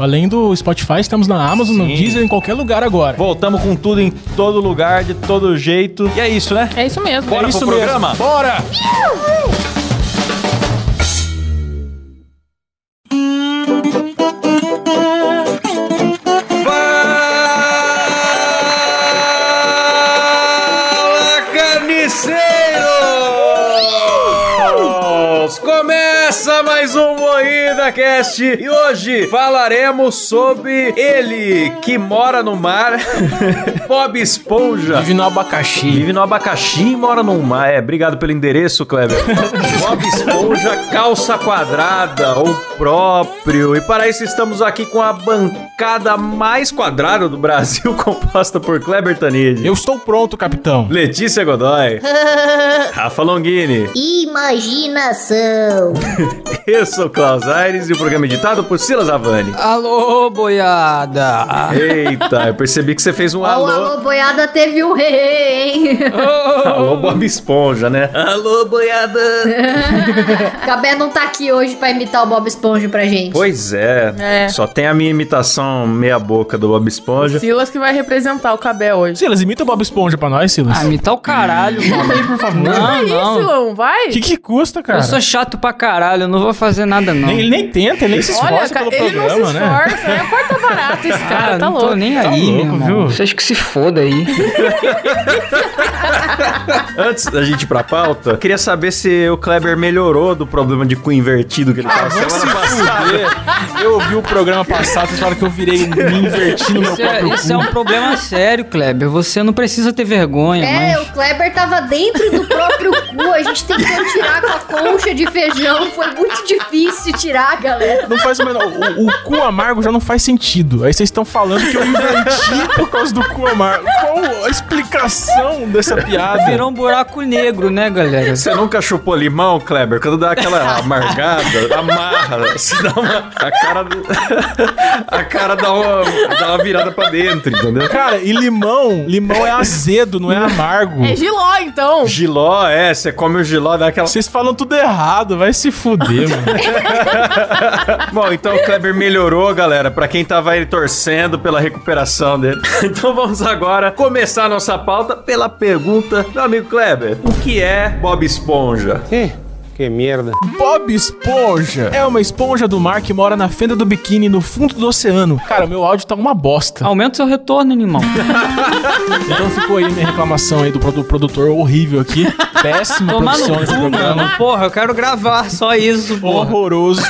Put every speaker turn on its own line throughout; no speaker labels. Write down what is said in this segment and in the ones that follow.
Além do Spotify, estamos na Amazon, no
Sim.
Deezer, em qualquer lugar agora.
Voltamos com tudo em todo lugar, de todo jeito. E é isso, né?
É isso mesmo.
Bora
é isso
pro
mesmo.
programa?
Bora!
Fala, carniceiros! Começa mais um Moída Cast e hoje falaremos sobre ele que mora no mar, Bob Esponja.
no abacaxi.
Vive no abacaxi e mora no mar. É, obrigado pelo endereço, Kleber. Bob Esponja, calça quadrada, o próprio. E para isso estamos aqui com a bancada mais quadrada do Brasil, composta por Kleber Tanid.
Eu estou pronto, capitão.
Letícia Godoy. Rafa Longini.
Imaginação.
Eu sou o Klaus Aires e o programa é editado por Silas Avani.
Alô, boiada!
Eita, eu percebi que você fez um
Ó, o
alô.
Alô Boiada teve um rei, hein?
Alô, Bob Esponja, né? Alô, boiada.
Cabé não tá aqui hoje pra imitar o Bob Esponja pra gente.
Pois é.
É.
Só tem a minha imitação meia boca do Bob Esponja.
Silas que vai representar o Cabé hoje.
Silas, imita o Bob Esponja pra nós, Silas.
Ah, me tá o caralho, mano. por favor. Não,
Ih,
não.
Ah, Silão, vai!
O Ah, que, que custa, cara?
Eu sou chato pra caralho, eu não vou fazer nada, não.
Nem- ele nem tenta, ele nem se esforça
Olha, cara,
pelo
ele
programa,
não se
né? Ah,
esforça, né? Corta barato esse cara,
Cara,
tá
não tô
louco.
nem aí,
louco,
meu
viu?
irmão. Vocês que se foda aí.
Antes da gente ir pra pauta, eu queria saber se o Kleber melhorou do problema de cu invertido que ele tava semana passada.
Eu ouvi o programa passado, vocês falaram que eu virei me inverti no meu
Isso é,
próprio
isso é um problema sério, Kleber. Você não precisa ter vergonha,
É,
mas...
o Kleber tava dentro do próprio cu. A gente tentou tirar com a concha de feijão. Foi muito difícil tirar, galera.
Não faz o menor. O, o cu amargo já não faz sentido. Aí vocês estão falando que eu inverti por causa do cu amargo. Qual a explicação dessa piada?
Virou um buraco negro, né, galera?
Você nunca chupou limão, Kleber? Quando dá aquela amargada, amarra, se dá uma. A cara. A cara dá uma, dá uma virada pra dentro, entendeu?
Cara, e limão? Limão é azedo, não é amargo.
É giló, então.
Giló, é, você come o giló, dá aquela.
Vocês falam tudo errado, vai se fuder, mano.
Bom, então o Kleber melhorou, galera, pra quem tava aí torcendo pela recuperação dele. Então vamos agora começar a nossa pauta pela pergunta do amigo Kleber: O que é Bob Esponja?
Bob Esponja é uma esponja do mar que mora na fenda do biquíni no fundo do oceano. Cara, meu áudio tá uma bosta.
Aumenta o seu retorno, animal.
Então ficou aí minha reclamação aí do produ- produtor horrível aqui. Péssima
Tomar no
produção nesse
cu,
programa.
mano. Porra, eu quero gravar só isso, porra.
Horroroso.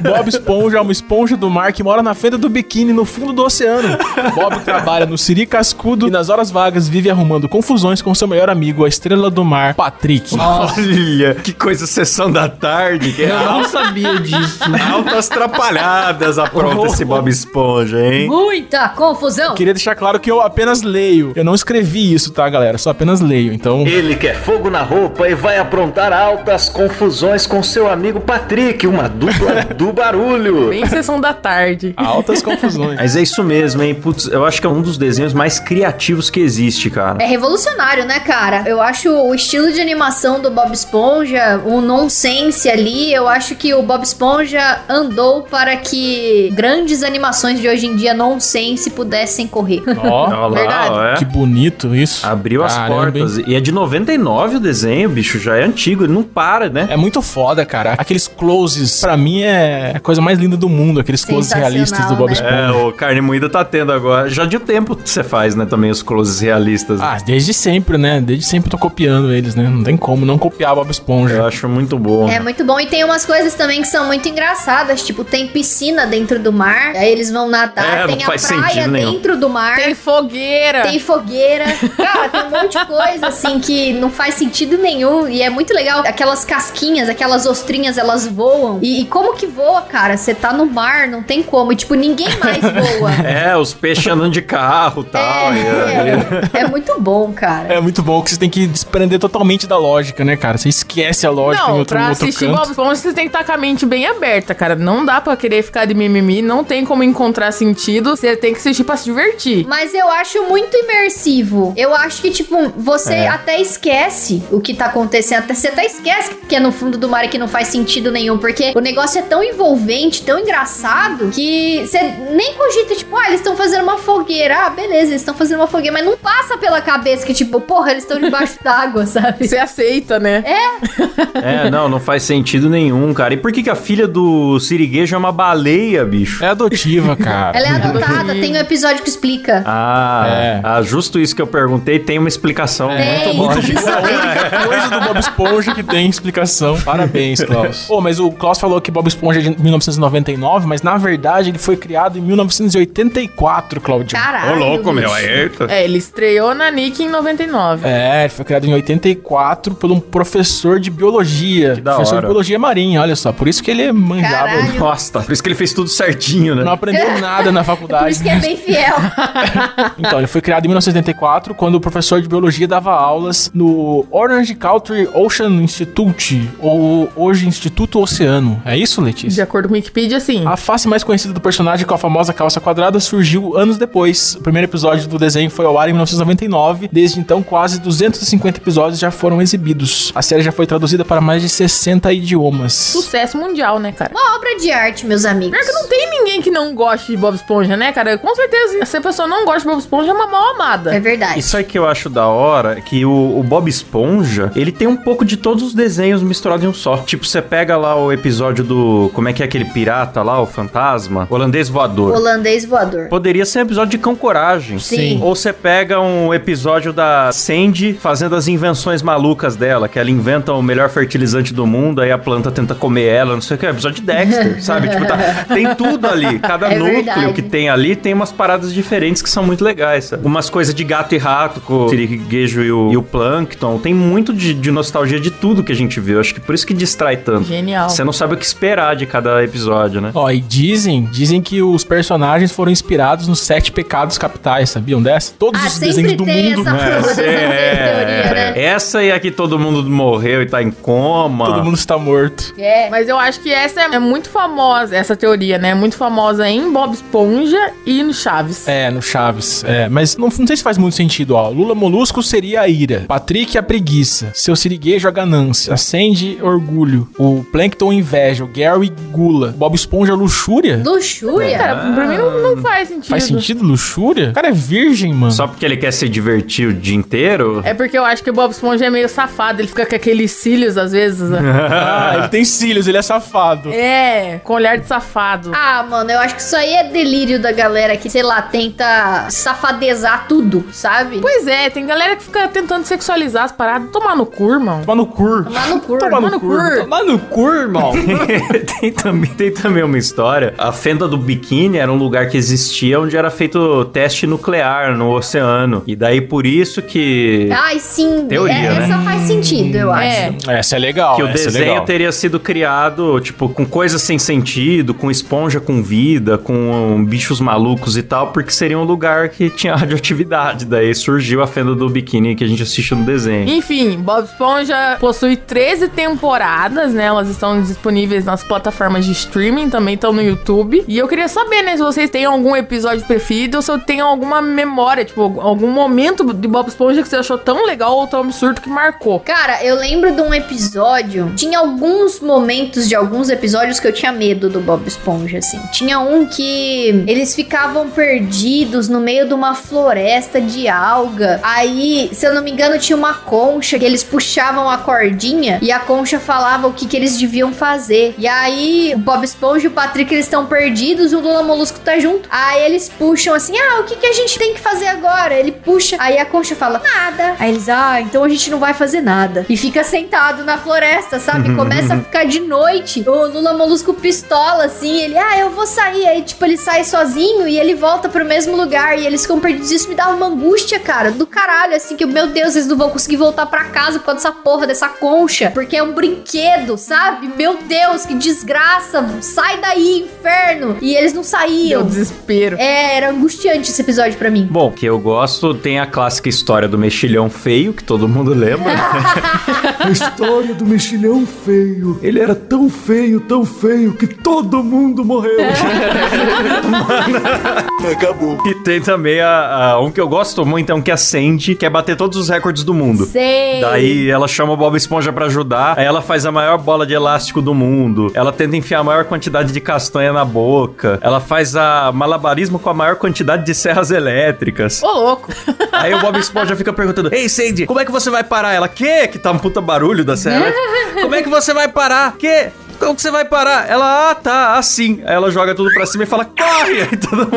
Bob Esponja é uma esponja do mar que mora na fenda do biquíni no fundo do oceano. Bob trabalha no Siri Cascudo e nas horas vagas vive arrumando confusões com seu melhor amigo, a estrela do mar, Patrick.
Olha, que coisa sessão da tarde, que é
Eu não sabia disso.
altas atrapalhadas apronta esse Bob Esponja, hein?
Muita Tá, confusão.
Queria deixar claro que eu apenas leio. Eu não escrevi isso, tá, galera? Só apenas leio. Então,
Ele quer fogo na roupa e vai aprontar altas confusões com seu amigo Patrick, uma dupla do barulho.
Bem sessão da tarde.
altas confusões.
Mas é isso mesmo, hein? Putz, eu acho que é um dos desenhos mais criativos que existe, cara.
É revolucionário, né, cara? Eu acho o estilo de animação do Bob Esponja né, um nonsense ali, eu acho que o Bob Esponja andou para que grandes animações de hoje em dia nonsense pudessem correr.
Ó,
Olha lá,
Verdade.
ó, é.
que bonito isso.
Abriu as
Caramba, hein?
portas. E é de 99 o desenho, bicho. Já é antigo, ele não para, né?
É muito foda, cara. Aqueles closes, pra mim, é a coisa mais linda do mundo. Aqueles closes
Sensacional,
realistas do Bob
né?
Esponja.
É, o Carne Moída tá tendo agora. Já de um tempo que você faz, né? Também os closes realistas. né?
Ah, desde sempre, né? Desde sempre eu tô copiando eles, né? Não tem como não copiar Bob Esponja.
Eu acho muito bom.
É muito bom. E tem umas coisas também que são muito engraçadas. Tipo, tem piscina dentro do mar. Aí eles vão nadar.
É,
tem
não
a
faz
praia
sentido nenhum.
dentro do mar.
Tem fogueira.
Tem fogueira. Cara, tem um monte de coisa, assim, que não faz sentido nenhum. E é muito legal. Aquelas casquinhas, aquelas ostrinhas, elas voam. E, e como que voa, cara? Você tá no mar, não tem como. E, tipo, ninguém mais voa.
É, os peixes andando de carro e tal. e-
é, é muito bom, cara.
É muito bom que você tem que desprender totalmente da lógica, né, cara? Você esquece a lógica em
Não,
outro,
pra
outro
assistir
canto.
Bob Esponja, você tem que estar com a mente bem aberta, cara. Não dá pra querer ficar de mimimi, não tem como encontrar sentido. Você tem que assistir pra se divertir.
Mas eu acho muito imersivo. Eu acho que, tipo, você até esquece o que tá acontecendo. Até, você até esquece que é no fundo do mar e que não faz sentido nenhum. Porque o negócio é tão envolvente, tão engraçado, que você nem cogita, tipo, ah, eles estão fazendo uma fogueira. Ah, beleza, eles estão fazendo uma fogueira. Mas não passa pela cabeça que, tipo, porra, eles estão debaixo d'água, sabe?
Você aceita, né?
É, não, não faz sentido nenhum, cara. E por que, que a filha do Siriguejo é uma baleia, bicho?
É adotiva, cara.
Uhum.
Ela é adotada, tem um episódio que explica.
Ah,
É.
ah, justo isso que eu perguntei tem uma explicação.
É,
Ah, muito
muito
lógica.
É a única coisa do Bob Esponja que tem explicação. Parabéns, Klaus. Pô, mas o Klaus falou que Bob Esponja é de 1999, mas na verdade ele foi criado em 1984, Claudio.
Caralho. bicho.
Eita.
É, ele estreou na Nick em 99.
É, ele foi criado em 84 por um professor de biologia.
Que da
professor
hora.
de biologia marinha, olha só. Por isso que ele é manjável.
Caralho.
Nossa, tá. por isso que ele fez tudo certinho, né?
Não aprendeu nada na faculdade.
Por isso que é bem fiel.
Então, ele foi criado em 1984, quando o professor de biologia dava aulas no Orange Country Ocean Institute, ou hoje Instituto Oceano. É isso,
De
Letícia?
acordo com o Wikipedia, assim, sim.
A face mais conhecida do personagem com a famosa calça quadrada surgiu anos depois. O primeiro episódio do desenho foi ao ar em 1999. Desde então, quase 250 episódios já foram exibidos. A série já foi traduzida para mais de 60 idiomas.
Sucesso mundial, né, cara?
Uma obra de arte, meus amigos.
Pior que não tem ninguém que não goste de Bob Esponja, né, cara? Com certeza, se a pessoa não gosta de Bob Esponja, é uma mal amada.
É verdade.
Isso aí que eu acho da hora, é que o, o Bob Esponja, ele tem um pouco de todos os desenhos misturados em um só. Tipo, você pega lá o episódio do... Como é que é aquele pirata lá, o fantasma? Holandês voador.
Holandês voador.
Poderia ser um episódio de Cão Coragem.
Sim.
Ou você pega um episódio da Sandy fazendo as invenções malucas dela, que ela inventa o melhor fertilizante do mundo, aí a planta tenta comer ela, não sei o que. É um episódio de Dexter, sabe? Tipo, tá- tem tudo ali. Cada
É
núcleo
verdade.
que tem ali tem umas paradas diferentes que são muito legais. Sabe? Umas coisas de gato e rato, com o siriguejo e o, e o plâncton. Tem muito de, de nostalgia de tudo que a gente viu. Acho que por isso que distrai tanto.
Genial.
Você não sabe o que esperar de cada episódio, né?
Ó, e dizem, dizem que os personagens foram inspirados nos sete pecados capitais, sabiam dessa? Todos
Ah,
os desenhos
sempre
do
tem
mundo né?
essa porra dessa teoria, né?
é Essa e aqui todo mundo morreu e tá em coma.
Todo mundo está morto.
É.
Mas eu acho que essa é muito famosa, essa teoria, né? É muito famosa em Bob Esponja e no Chaves.
É, no Chaves. É, mas não, não sei se faz muito sentido, ó. Lula Molusco seria a ira. Patrick a preguiça. Seu siriguejo a ganância. Acende orgulho. O Plankton inveja. O Gary gula. Bob Esponja luxúria.
Luxúria?
Cara, pra mim não, não faz sentido.
Faz sentido luxúria? O cara é virgem, mano.
Só porque ele quer se divertir o dia inteiro?
É porque eu acho que o Bob Esponja é meio safado, ele fica com aqueles cílios às vezes. né?
Ah, ele tem cílios, ele é safado.
é, com olhar de safado.
Ah, mano, eu acho que isso aí é delírio da galera que, sei lá, tenta safadezar tudo, sabe?
Pois é, tem galera que fica tentando sexualizar as paradas, tomar no cu, irmão.
Toma no cu.
Tomar no cu.
Toma
Toma
no
no
cu.
cu.
Toma no cu, irmão.
tem, também, tem também uma história. A fenda do biquíni era um lugar que existia onde era feito teste nuclear no oceano. E daí por isso que,
Ai, sim.
é. Teoria,
é,
né?
Essa faz sentido, eu acho.
É.
Essa é legal.
que o
essa é
desenho
legal.
teria sido criado, tipo, com coisas sem sentido, com esponja com vida, com bichos malucos e tal, porque seria um lugar que tinha radioatividade. Daí surgiu a fenda do biquíni que a gente assiste no desenho.
Enfim, Bob Esponja possui 13 temporadas, né? Elas estão disponíveis nas plataformas de streaming, também estão no YouTube. E eu queria saber, né, se vocês têm algum episódio preferido ou se eu tenho alguma memória, tipo, algum momento de Bob Esponja que você achou tão legal ou tão absurdo que marcou.
Cara, eu lembro de um episódio. Tinha alguns momentos de alguns episódios que eu tinha medo do Bob Esponja, assim. Tinha um que eles ficavam perdidos no meio de uma floresta de alga. Aí, se eu não me engano, tinha uma concha que eles puxavam a cordinha e a concha falava o que, que eles deviam fazer. E aí, o Bob Esponja e o Patrick eles estão perdidos, o Lula Molusco tá junto. Aí eles puxam assim: ah, o que, que a gente tem que fazer agora? Ele puxa, aí a concha fala: nada. Aí eles, ah, então a gente não vai fazer nada. E fica sentado na floresta, sabe? Começa a ficar de noite. O Lula Molusco pistola assim: ele, ah, eu vou sair. Aí, tipo, ele sai sozinho e ele volta pro mesmo lugar. E eles ficam perdidos. Isso me dava uma angústia, cara, do caralho. Assim, que meu Deus, eles não vão conseguir voltar pra casa por causa dessa porra, dessa concha. Porque é um brinquedo, sabe? Meu Deus, que desgraça. Sai daí, inferno. E eles não
Meu
saíam.
desespero.
É, era angustiante esse episódio pra mim.
Bom, que eu gosto, tem a clássica história do mexilhão feio, que todo mundo lembra. a história do mexilhão feio. Ele era tão feio, tão feio, que todo mundo morreu.
Acabou.
e tem também a, a- um que eu gosto muito, é um que acende, que é bater todos os recordes do mundo.
Sei.
Daí ela chama o Bob Esponja pra ajudar, aí ela faz a maior bola de elástico do mundo, ela tenta enfiar a maior quantidade de castanha na boca, ela faz a malabarismo com a maior quantidade de serras elétricas.
Ô, louco.
Aí o Bob Esponja fica perguntando: Ei, Sandy, como é que você vai parar? Ela, que? Que tá um puta barulho da serra elétrica. Como é que você vai parar? Que? Como que você vai parar? Ela, ah, tá, assim. Aí ela joga tudo pra cima e fala, corre! Aí todo mundo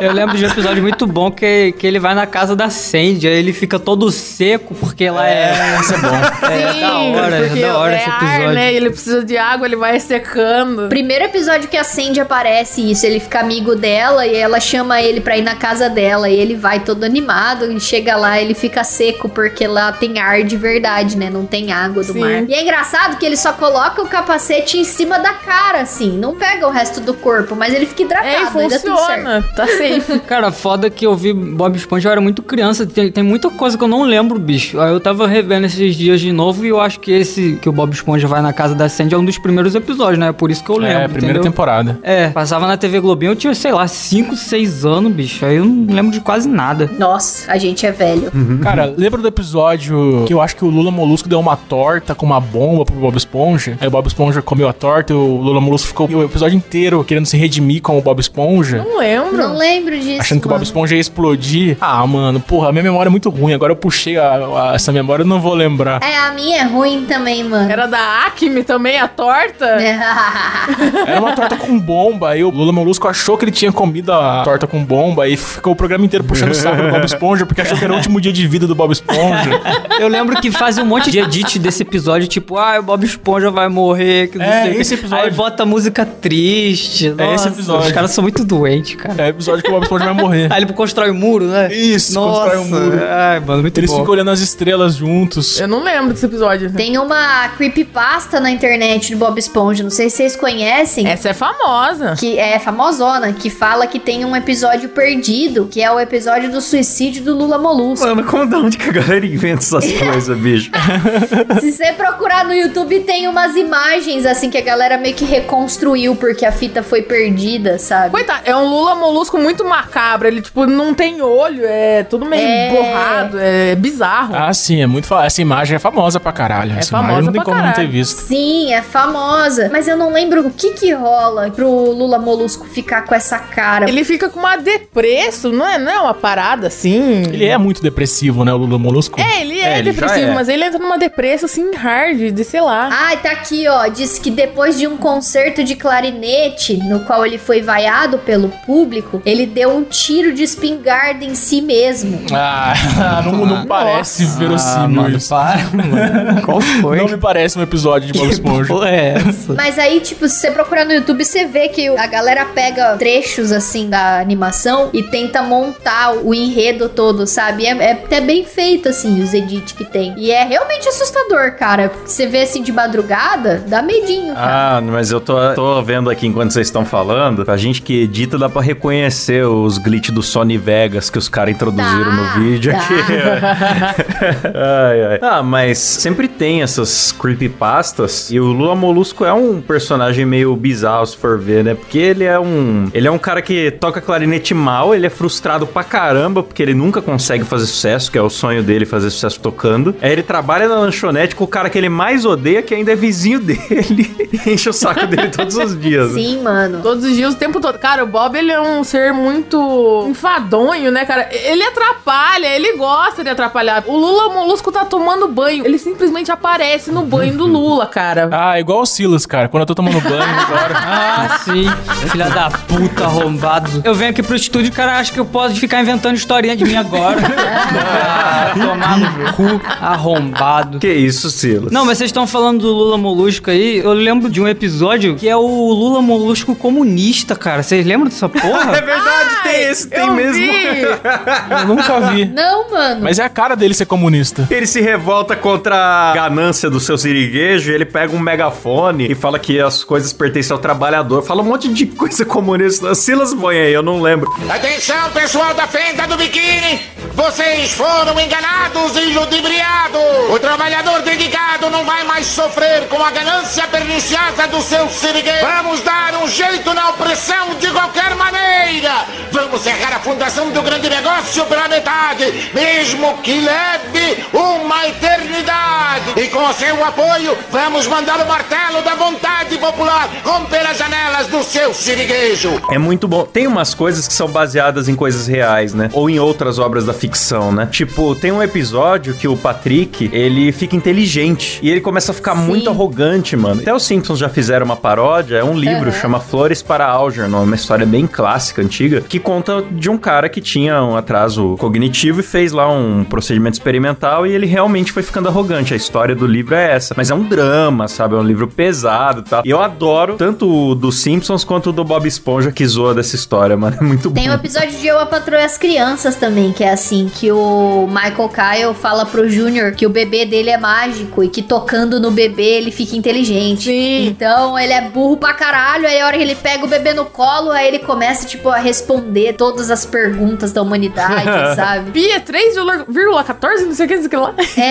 Eu lembro de um episódio muito bom que, que ele vai na casa da Sandy, aí ele fica todo seco porque lá é.
Isso é bom.
é da hora, é
porque
da hora
é
esse episódio.
ar, né? Ele precisa de água, ele vai secando.
Primeiro episódio que a Sandy aparece isso, ele fica amigo dela e ela chama ele pra ir na casa dela e ele vai todo animado e chega lá ele fica seco porque lá tem ar de verdade, né? Não tem água do
Sim.
mar. E é engraçado que ele só coloca o capacete em cima da cara, assim, não pega o resto do corpo, mas ele fica hidratado,
É, e
ainda tudo certo.
funciona. Tá safe.
Cara, foda que eu vi Bob Esponja, eu era muito criança, tem, tem muita coisa que eu não lembro, bicho. Aí eu tava revendo esses dias de novo e eu acho que esse que o Bob Esponja vai na casa da Sandy é um dos primeiros episódios, né? É por isso que eu lembro.
É, primeira
entendeu?
temporada.
É, passava na TV Globinho, eu tinha, sei lá, 5, 6 anos, bicho. Aí eu não lembro de quase nada.
Nossa, a gente é velho.
Cara, lembra do episódio que eu acho que o Lula Molusco deu uma torta com uma bomba pro Bob Esponja? Aí o Bob Esponja comeu a torta e o Lula Molusco ficou o episódio inteiro querendo se redimir com o Bob Esponja.
Não lembro.
Não lembro disso.
Achando que o Bob
mano.
Esponja ia explodir. Ah, mano, porra, a minha memória é muito ruim. Agora eu puxei a- a- essa memória, eu não vou lembrar.
É, a minha é ruim também, mano.
Era da Acme também, a
É.
torta?
Era uma torta com bomba. Aí o Lula Molusco achou que ele tinha comido a torta com bomba e ficou o programa inteiro puxando o saco do Bob Esponja porque achou que era o último dia de vida do Bob Esponja.
Eu lembro que fazem um monte de edit desse episódio, tipo, ah, o Bob Esponja vai morrer, que não
É,
sei o quê.
esse episódio.
Aí bota música triste.
É esse
Nossa,
episódio.
Os caras são muito doentes, cara.
É o episódio que o Bob Esponja vai morrer.
Aí ele constrói um muro, né?
Isso,
Nossa,
constrói um muro.
Ai, mano, muito
Eles
bom.
ficam olhando as estrelas juntos.
Eu não lembro desse episódio.
Tem uma creepypasta na internet do Bob Esponja, não sei se vocês conhecem.
Essa é famosa.
Que é famosona, que fala que tem um episódio perdido, que é o episódio do suicídio do Lula Molusco.
Mano, como da onde que a galera inventa essas coisas, bicho?
Se você procurar no YouTube, tem umas imagens assim que a galera meio que reconstruiu porque a fita foi perdida, sabe?
Coitado, é um Lula molusco muito macabro. Ele, tipo, não tem olho, é tudo meio
É.
borrado, é bizarro.
Ah, sim, é muito fa... Essa imagem é famosa pra caralho. Essa
famosa
imagem não tem
pra
como não ter
caralho.
visto.
Sim, é famosa. Mas eu não lembro o que que rola pro Lula Molusco ficar com essa cara.
Ele é um fica com uma depresso, não é, não é uma parada assim.
Ele é muito depressivo, né, o Lula Molusco?
É, ele é,
É, ele já
depressivo,
é.
mas ele entra numa depressa assim hard, de sei lá.
Ah, tá aqui, ó. Diz que depois de um concerto de clarinete, no qual ele foi vaiado pelo público, ele deu um tiro de espingarda em si mesmo.
Ah, não, não parece
Ah,
verossímil
mano,
isso.
para, mano. Qual foi?
Não me parece um episódio de Bob Esponja.
Porra é essa?
Mas aí, tipo, se você procurar no YouTube, você vê que a galera pega trechos, assim, da animação e tenta montar o enredo todo, sabe? É, é até bem feito, assim, os edits que tem. E é realmente assustador, cara. Você vê, assim, de madrugada, dá medinho, cara.
Ah, mas eu tô, tô vendo aqui enquanto vocês estão falando. A gente que edita dá pra reconhecer os glitch do Sony Vegas que os caras introduziram
Dá,
no vídeo
dá.
aqui. ai, ai. Ah, mas sempre tem essas creepypastas. E o Lula Molusco é um personagem meio bizarro, se for ver, né? Porque ele é um. Ele é um cara que toca clarinete mal, ele é frustrado pra caramba, porque ele nunca consegue fazer sucesso, que é o sonho dele fazer sucesso tocando. Aí ele trabalha na lanchonete com o cara que ele mais odeia, que ainda é vizinho dele. e enche o saco dele todos os dias. né?
Sim, mano.
Todos os dias, o tempo todo. Cara, o Bob, ele é um ser muito enfadonho, né, cara? Ele atrapalha, ele gosta de atrapalhar. O Lula Molusco tá tomando banho. Ele simplesmente aparece no banho do Lula, cara.
Ah, igual o Silas, cara. Quando eu tô tomando banho agora.
Ah, sim. Filha da puta, arrombado. Eu venho aqui pro estúdio e o cara acha que eu posso ficar inventando historinha de mim agora. ah, tomar no cu, arrombado.
Que isso, Silas?
Não, mas vocês estão falando do Lula Molusco aí. Eu lembro de um episódio que é o Lula Molusco comunista, cara. Vocês lembram dessa
É
porra?
verdade, tem
Ai,
esse, tem
eu
mesmo.
vi.
Eu nunca vi.
Não, mano.
Mas é a cara dele ser comunista.
Ele se revolta contra a ganância do seu siriguejo, ele pega um megafone e fala que as coisas pertencem ao trabalhador. Fala um monte de coisa comunista. Silas põe aí, eu não lembro.
Atenção, pessoal da fenda do biquíni! Vocês foram enganados e ludibriados! O trabalhador dedicado não vai mais sofrer com a ganância perniciosa do seu sirigueiro! Vamos dar um jeito na opressão de qualquer maneira! Vamos cerrar a fundação do grande negócio pela metade, mesmo que leve uma eternidade! E com seu apoio, vamos mandar o martelo da vontade popular romper as janelas do seu siriguejo!
É muito bom. Tem umas coisas que são baseadas em coisas reais, né? Ou em outras obras da ficção, né? Tipo, tem um episódio que o Patrick, ele fica inteligente. E ele começa a ficar muito arrogante, mano. Até os Simpsons já fizeram uma paródia. É um livro, chama Flores para Algernon. Uma história bem clássica, antiga. Que conta de um cara que tinha um atraso cognitivo e fez lá um procedimento experimental. E ele realmente foi ficando arrogante. A história do livro é essa. Mas é um drama, sabe? É um livro pesado e tal. E eu adoro tanto o do Simpsons quanto o do Bob Esponja que zoa dessa história, mano. É muito
Tem um
bom.
episódio de Eu a Patroa e as Crianças também, que é assim, que o Michael Kyle fala pro Junior que o bebê dele é mágico e que tocando no bebê ele fica inteligente.
Sim.
Então ele é burro pra caralho, aí a hora que ele pega o bebê no colo, aí ele começa, tipo, a responder todas as perguntas da humanidade, sabe?
Pia 3,14, não sei o que, não sei o que lá. Ele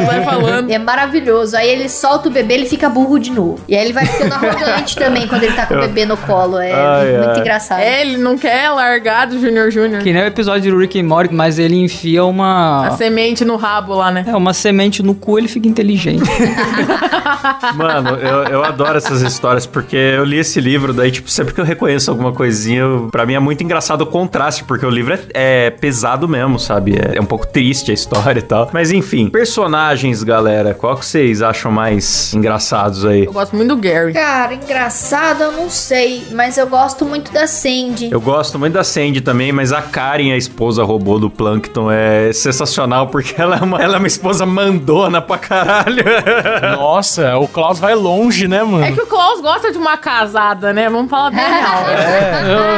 É.
vai falando.
É maravilhoso. Aí ele solta o bebê, ele fica burro de novo. E aí ele vai ficando arrogante também quando ele tá com o bebê no colo. É
Ai,
muito
ai.
engraçado.
É, ele não quer largar do Junior Junior.
Que nem o episódio do Rick and Morty, mas ele enfia
A
uma...
semente no rabo lá, né?
É, uma semente no cu, ele fica inteligente.
Mano, eu, eu adoro essas histórias, porque eu li esse livro, daí, tipo, sempre que eu reconheço alguma coisinha, eu- pra mim é muito engraçado o contraste, porque o livro é, é pesado mesmo, sabe? É, é um pouco triste a história e tal. Mas enfim, personagens, galera, qual que vocês acham mais engraçados aí?
Eu gosto muito do Gary.
Cara, engraçado, eu não sei, mas eu gosto muito da Sandy.
Eu gosto muito da Sandy também, mas a Karen, a esposa robô do Plankton, é sensacional porque ela é uma, ela é uma esposa mandona pra caralho.
Nossa, o Klaus vai longe, né, mano?
É que o Klaus gosta de uma casada, né? Vamos falar bem real.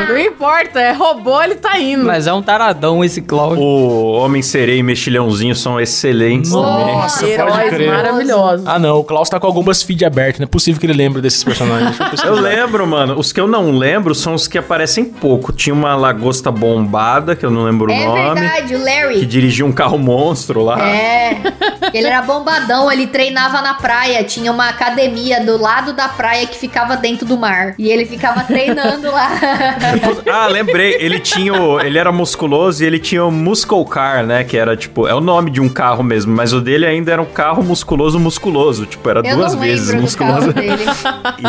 Não importa, é robô, ele tá indo.
mas é um taradão esse Cláudio.
o Homem Sereia e Mexilhãozinho são excelentes também.
Nossa,
Heróis
pode crer.
maravilhosos.
Ah, não. O Klaus tá com algumas feed abertas. Não é possível que ele lembre desses personagens. Deixa
Eu lembro, mano. Os que eu não lembro são os que aparecem pouco. Tinha uma lagosta bombada, que eu não lembro o
É
nome,
verdade, o
que
Larry.
dirigia um carro monstro lá.
É. Ele era bombadão, ele treinava na praia. Tinha uma academia do lado da praia que ficava dentro do mar. E ele ficava treinando lá.
Ah, lembrei. Ele tinha o, Ele era musculoso e ele tinha o Muscle Car, né? Que era tipo. É o nome de um carro mesmo, mas o dele ainda era um carro musculoso, musculoso. Tipo, era
Eu
duas
não
vezes
lembro do carro
musculoso.
dele.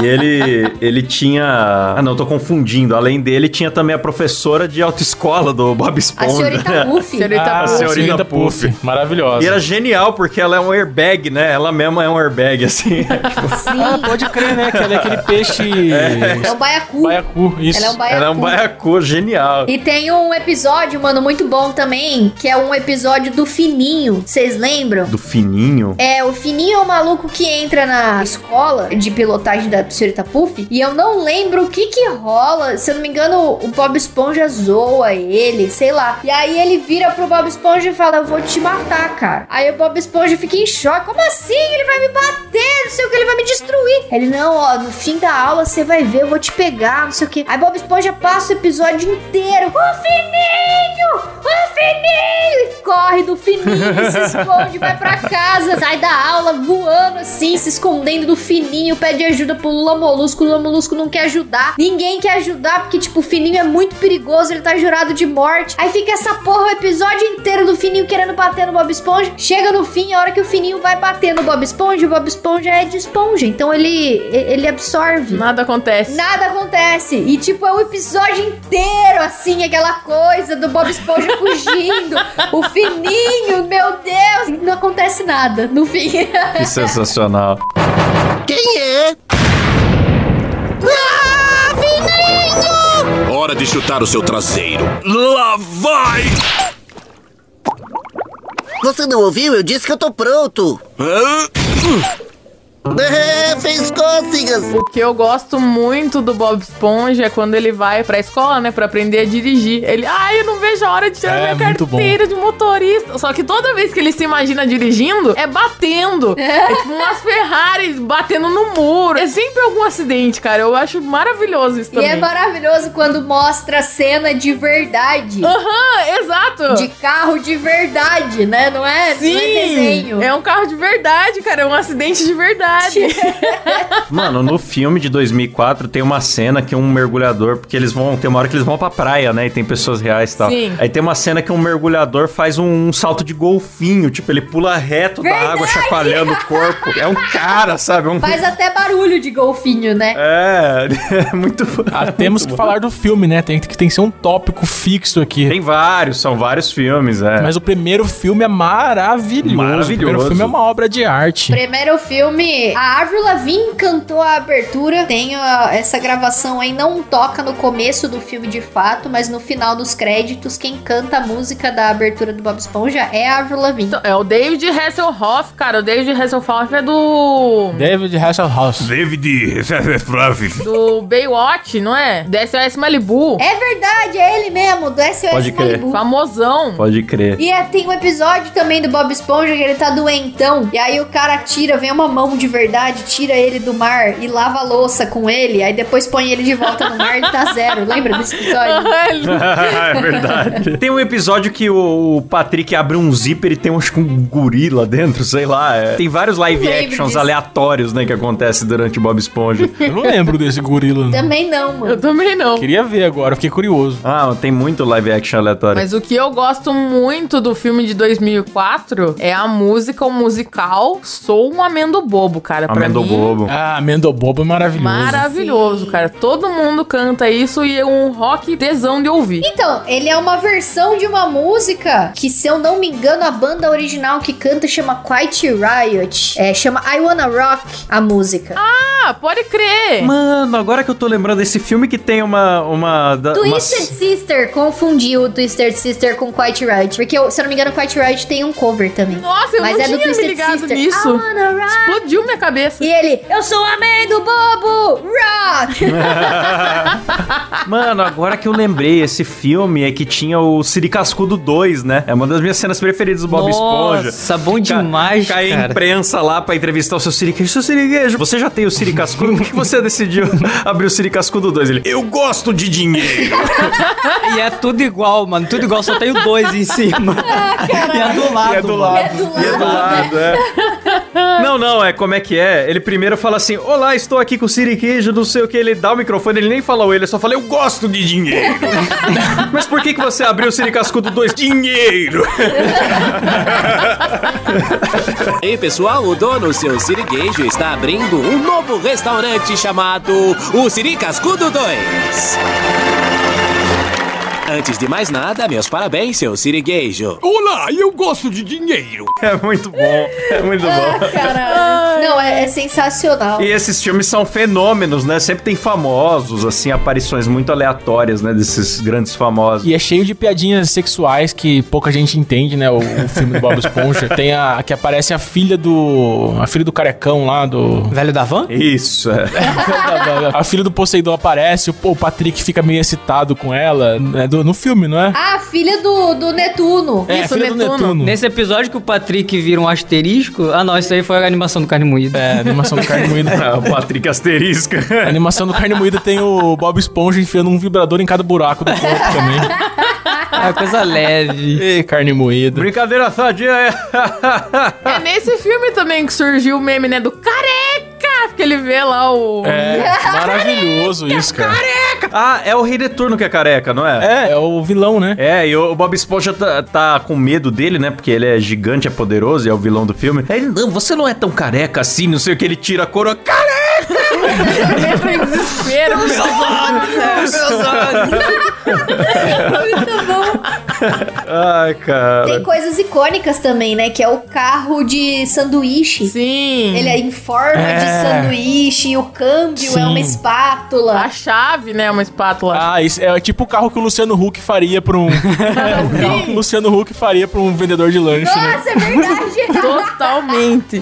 E ele. Ele tinha. Ah, não, tô confundindo. Além dele, tinha também a professora de autoescola do Bob
A
Esponja.
senhorita Luffy.
Senhorita
Ah,
Ah,
a
Puff.
senhorita
senhorita
Puff.
Puff. Maravilhosa.
E era genial, porque ela é um airbag, né? Ela mesma é um airbag, assim. Tipo,
Ah, pode crer, né? Que ela é aquele peixe...
É um baiacu.
Baiacu, isso.
Ela é um baiacu.
ela é um baiacu genial.
E tem um episódio, mano, muito bom também, que é um episódio do Fininho. Vocês lembram?
Do fininho.
É, o Fininho é o maluco que entra na escola de pilotagem da senhorita Puff. E eu não lembro o que que rola. Se eu não me engano, o Bob Esponja zoa ele, sei lá. E aí ele vira pro Bob Esponja e fala: Eu vou te matar, cara. Aí o Bob Esponja fica em choque: Como assim? Ele vai me bater, não sei o que, ele vai me destruir. Ele: Não, ó, no fim da aula você vai ver, eu vou te pegar, não sei o que. Aí Bob Esponja passa o episódio inteiro: O Fininho! O Fininho! E corre do Fininho, se esconde, vai pra casa, sai da aula voando assim, se escondendo do Fininho, pede ajuda pro Lula Molusco. O Lula Molusco não quer ajudar. Ninguém quer ajudar porque, tipo, o Fininho é muito perigoso, ele tá jurado de morte. Aí fica essa porra o episódio inteiro do Fininho querendo bater no Bob Esponja. Chega no fim, a hora que o Fininho vai bater no Bob Esponja, o Bob Esponja é de esponja, então ele, ele absorve.
Nada acontece.
Nada acontece. E, tipo, é um episódio inteiro, assim, aquela coisa do Bob Esponja fugindo. o fininho, meu Deus. e Não acontece nada, no fim. é
Que sensacional.
Quem é?
Hora de chutar o seu traseiro. Lá vai!
Você não ouviu? Eu disse que eu tô pronto.
Hã?
É, fez cócegas.
O que eu gosto muito do Bob Esponja é quando ele vai pra escola, né, pra aprender a dirigir. Ele, ai, eu não vejo a hora de tirar
É,
minha
muito bom.
carteira de motorista. Só que toda vez que ele se imagina dirigindo, é batendo. É tipo umas Ferraris batendo no muro. É sempre algum acidente, cara. Eu acho maravilhoso isso
E
também.
é maravilhoso quando mostra a cena de verdade.
Ah. Aham, exato.
De carro de verdade, né? Não é, não é desenho.
é um carro de verdade, cara. É um acidente de verdade.
Mano, no filme de 2004 tem uma cena que um mergulhador, porque eles vão, tem uma hora que eles vão pra praia, né, e tem pessoas reais e tal.
Sim.
Aí tem uma cena que um mergulhador faz um, um salto de golfinho, tipo, ele pula reto da água, chacoalhando o corpo. É um cara, sabe? Um...
Faz até barulho de golfinho, né?
É, é muito...
Ah, temos que falar do filme, né? Tem que, tem que ser um tópico fixo aqui.
Tem vários, são vários filmes, é.
Mas o primeiro filme é maravilhoso.
Maravilhoso.
O primeiro filme é uma obra de arte.
Primeiro filme, a Avril Lavigne cantou a abertura. Tem ó, essa gravação aí, não toca no começo do filme de fato, mas no final dos créditos, quem canta a música da abertura do Bob Esponja é a Avril Lavigne.
Então, É o David Hasselhoff, cara. O David Hasselhoff é do.
David Hasselhoff.
David,
do Baywatch, não é? Do SOS Malibu.
É verdade, é ele mesmo, do SOS
Pode crer.
Malibu.
Famosão.
Pode crer.
E é, tem um episódio também do Bob Esponja que ele tá doentão. E aí o cara tira, vem uma mão de verdade, tira ele do mar e lava a louça com ele. Aí depois põe ele de volta no mar e ele tá zero. Lembra desse episódio?
Ele-
é verdade. Tem um episódio que o Patrick abre um zíper e tem um, acho que um gorila dentro, sei lá. é. Tem vários live
Lembro
actions
disso.
aleatórios, né, que acontece durante o Bob Esponja.
Eu não lembro desse gorila. né?
Também não, mano.
Eu também não.
Queria ver agora, fiquei curioso.
ah, tem muito live action aleatório.
Mas o que eu gosto muito do filme de 2004 é a música, o musical Sou um Amendo Bobo, cara. Pra
Amendo
mim,
bobo.
Ah, Mendobobo é maravilhoso.
Maravilhoso, cara. Todo mundo canta isso e é um rock tesão de ouvir.
Então, ele é uma versão de uma música que, se eu não me engano, a banda original que canta chama Quiet Riot. É, chama I Wanna Rock a música.
Ah, pode crer.
Mano, agora que eu tô lembrando desse filme que tem uma. uma, da- uma-
Twisted Sister confundiu o Twisted Sister com Quiet Riot. Porque, eu- se eu não me engano, Quiet Riot tem um cover também.
Nossa, eu
Mas
não
é do
tinha me
Twisted
ligado
Sister. I
nisso.
wanna rock.
Explodiu minha cabeça.
E ele, eu sou o amém do bobo! Rock!
Mano, agora que eu lembrei, esse filme é que tinha o Siri Cascudo 2, né? É uma das minhas cenas preferidas do Bob Esponja.
Nossa, bom demais,
Cai a
cara.
imprensa lá pra entrevistar o seu Siriguejo. Seu Siriguejo, você já tem o Siri Cascudo? Por que você decidiu abrir o Siri Cascudo 2? Ele, eu gosto de dinheiro.
E é tudo igual, mano. Tudo igual, só tem o dois em cima. e é do lado.
E é do
mano.
lado.
do
E é do lado, é. Não, não, é como é que é. Ele primeiro fala assim: Olá, estou aqui com o Siriquejo, não sei o que. Ele dá o microfone, ele nem fala o ele, ele só fala: Eu gosto de dinheiro. Mas por que, que você abriu o Siri Cascudo 2? Dinheiro!
Ei pessoal, o dono, seu Sirigueijo, está abrindo um novo restaurante chamado O Siri Cascudo 2. Antes de mais nada, meus parabéns, seu sirigueijo.
Olá, eu gosto de dinheiro.
É muito bom, é muito
Ah,
bom.
caralho. Não, é, é sensacional.
E esses filmes são fenômenos, né? Sempre tem famosos, assim, aparições muito aleatórias, né? Desses grandes famosos.
E é cheio de piadinhas sexuais que pouca gente entende, né? O, o filme do Bob Esponja. Tem a. que aparece a filha do. A filha do carecão lá do.
Velho da van?
Isso, é.
A filha do Poseidon aparece, o, o Patrick fica meio excitado com ela. né, do- no filme, não é?
Ah, filha do, do Netuno.
é, a
isso,
filha
Netuno.
do Netuno.
Nesse episódio que o Patrick vira um asterisco. Ah, não, isso aí foi a animação do carne moída.
É, a animação do carne moída.
o Patrick Asterisca.
A animação do carne moída tem o Bob Esponja enfiando um vibrador em cada buraco do corpo também.
É coisa leve.
Ei, carne moída.
Brincadeira sadia, é.
Tá.
É nesse filme também que surgiu o meme, né? Do careca! Porque ele vê lá o.
É, maravilhoso isso, cara.
ah, é o Rei de Turno que é careca, não é?
É, é o vilão, né?
É, e o Bob Esponja tá, tá com medo dele, né? Porque ele é gigante, é poderoso, e é o vilão do filme. Aí ele, não, você não é tão careca assim, não sei o que, ele tira a coroa. Careca!
Ele entra em desespero.
Muito bom.
Ai, cara.
Tem coisas icônicas também, né? Que é o carro de sanduíche.
Sim.
Ele é em forma de sanduíche, o câmbio é uma
Sim.
A
espátula.
chave, né? Uma espátula.
Ah, isso é tipo o carro que o Luciano Huck faria pra um. é, o carro que o Luciano Huck faria pra um vendedor de lanche, né?
Nossa, é verdade.
Totalmente.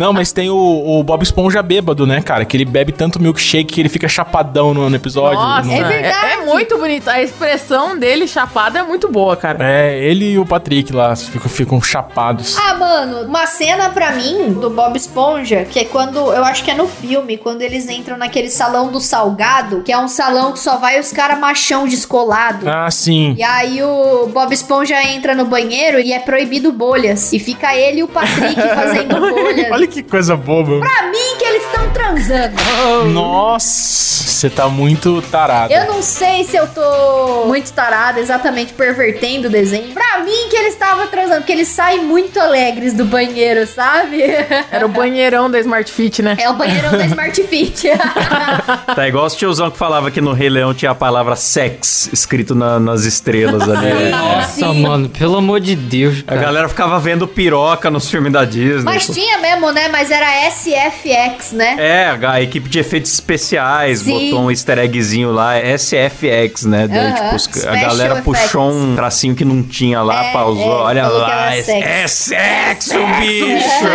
Não, mas tem o, o Bob Esponja bêbado, né, cara? Que ele bebe tanto milkshake que ele fica chapadão no, no episódio.
Nossa,
Não-
É
é,
verdade.
é muito bonito. A expressão dele chapada é muito boa, cara.
É, ele e o Patrick lá ficam, ficam chapados.
Ah, mano, uma cena pra mim do Bob Esponja, que é quando, eu acho que é no filme, quando eles entram naquele salão do salgado, que é um salão que só vai os caras machão descolado.
Ah, sim.
E aí o Bob Esponja entra no banheiro e é proibido bolhas. E fica ele e o Patrick fazendo bolhas.
Olha que coisa boba.
Pra mim que eles estão transando.
Nossa, você tá muito tarado.
Eu não sei se eu tô muito tarada, exatamente pervertendo o desenho. Pra mim que eles estavam transando, porque eles saem muito alegres do banheiro, sabe?
Era o banheirão da Smart Fit, né?
É o banheirão da Smart Fit.
Tá igual os tiozão que falava que no Rei Leão tinha a palavra sex escrito na- nas estrelas ali. né?
Nossa, mano, pelo amor de Deus,
A
cara.
galera ficava vendo piroca nos filmes da Disney.
Mas tinha mesmo, né? Mas era SFX, né?
É, a a equipe de efeitos especiais
Sim.
botou um easter eggzinho lá, SFX, né? Daí,
Aham,
tipo, os- a
Special
galera
Effects.
puxou um tracinho que não tinha lá,
É,
pausou,
é,
olha
falou que
lá,
era
é
sexo.
é sexo, bicho!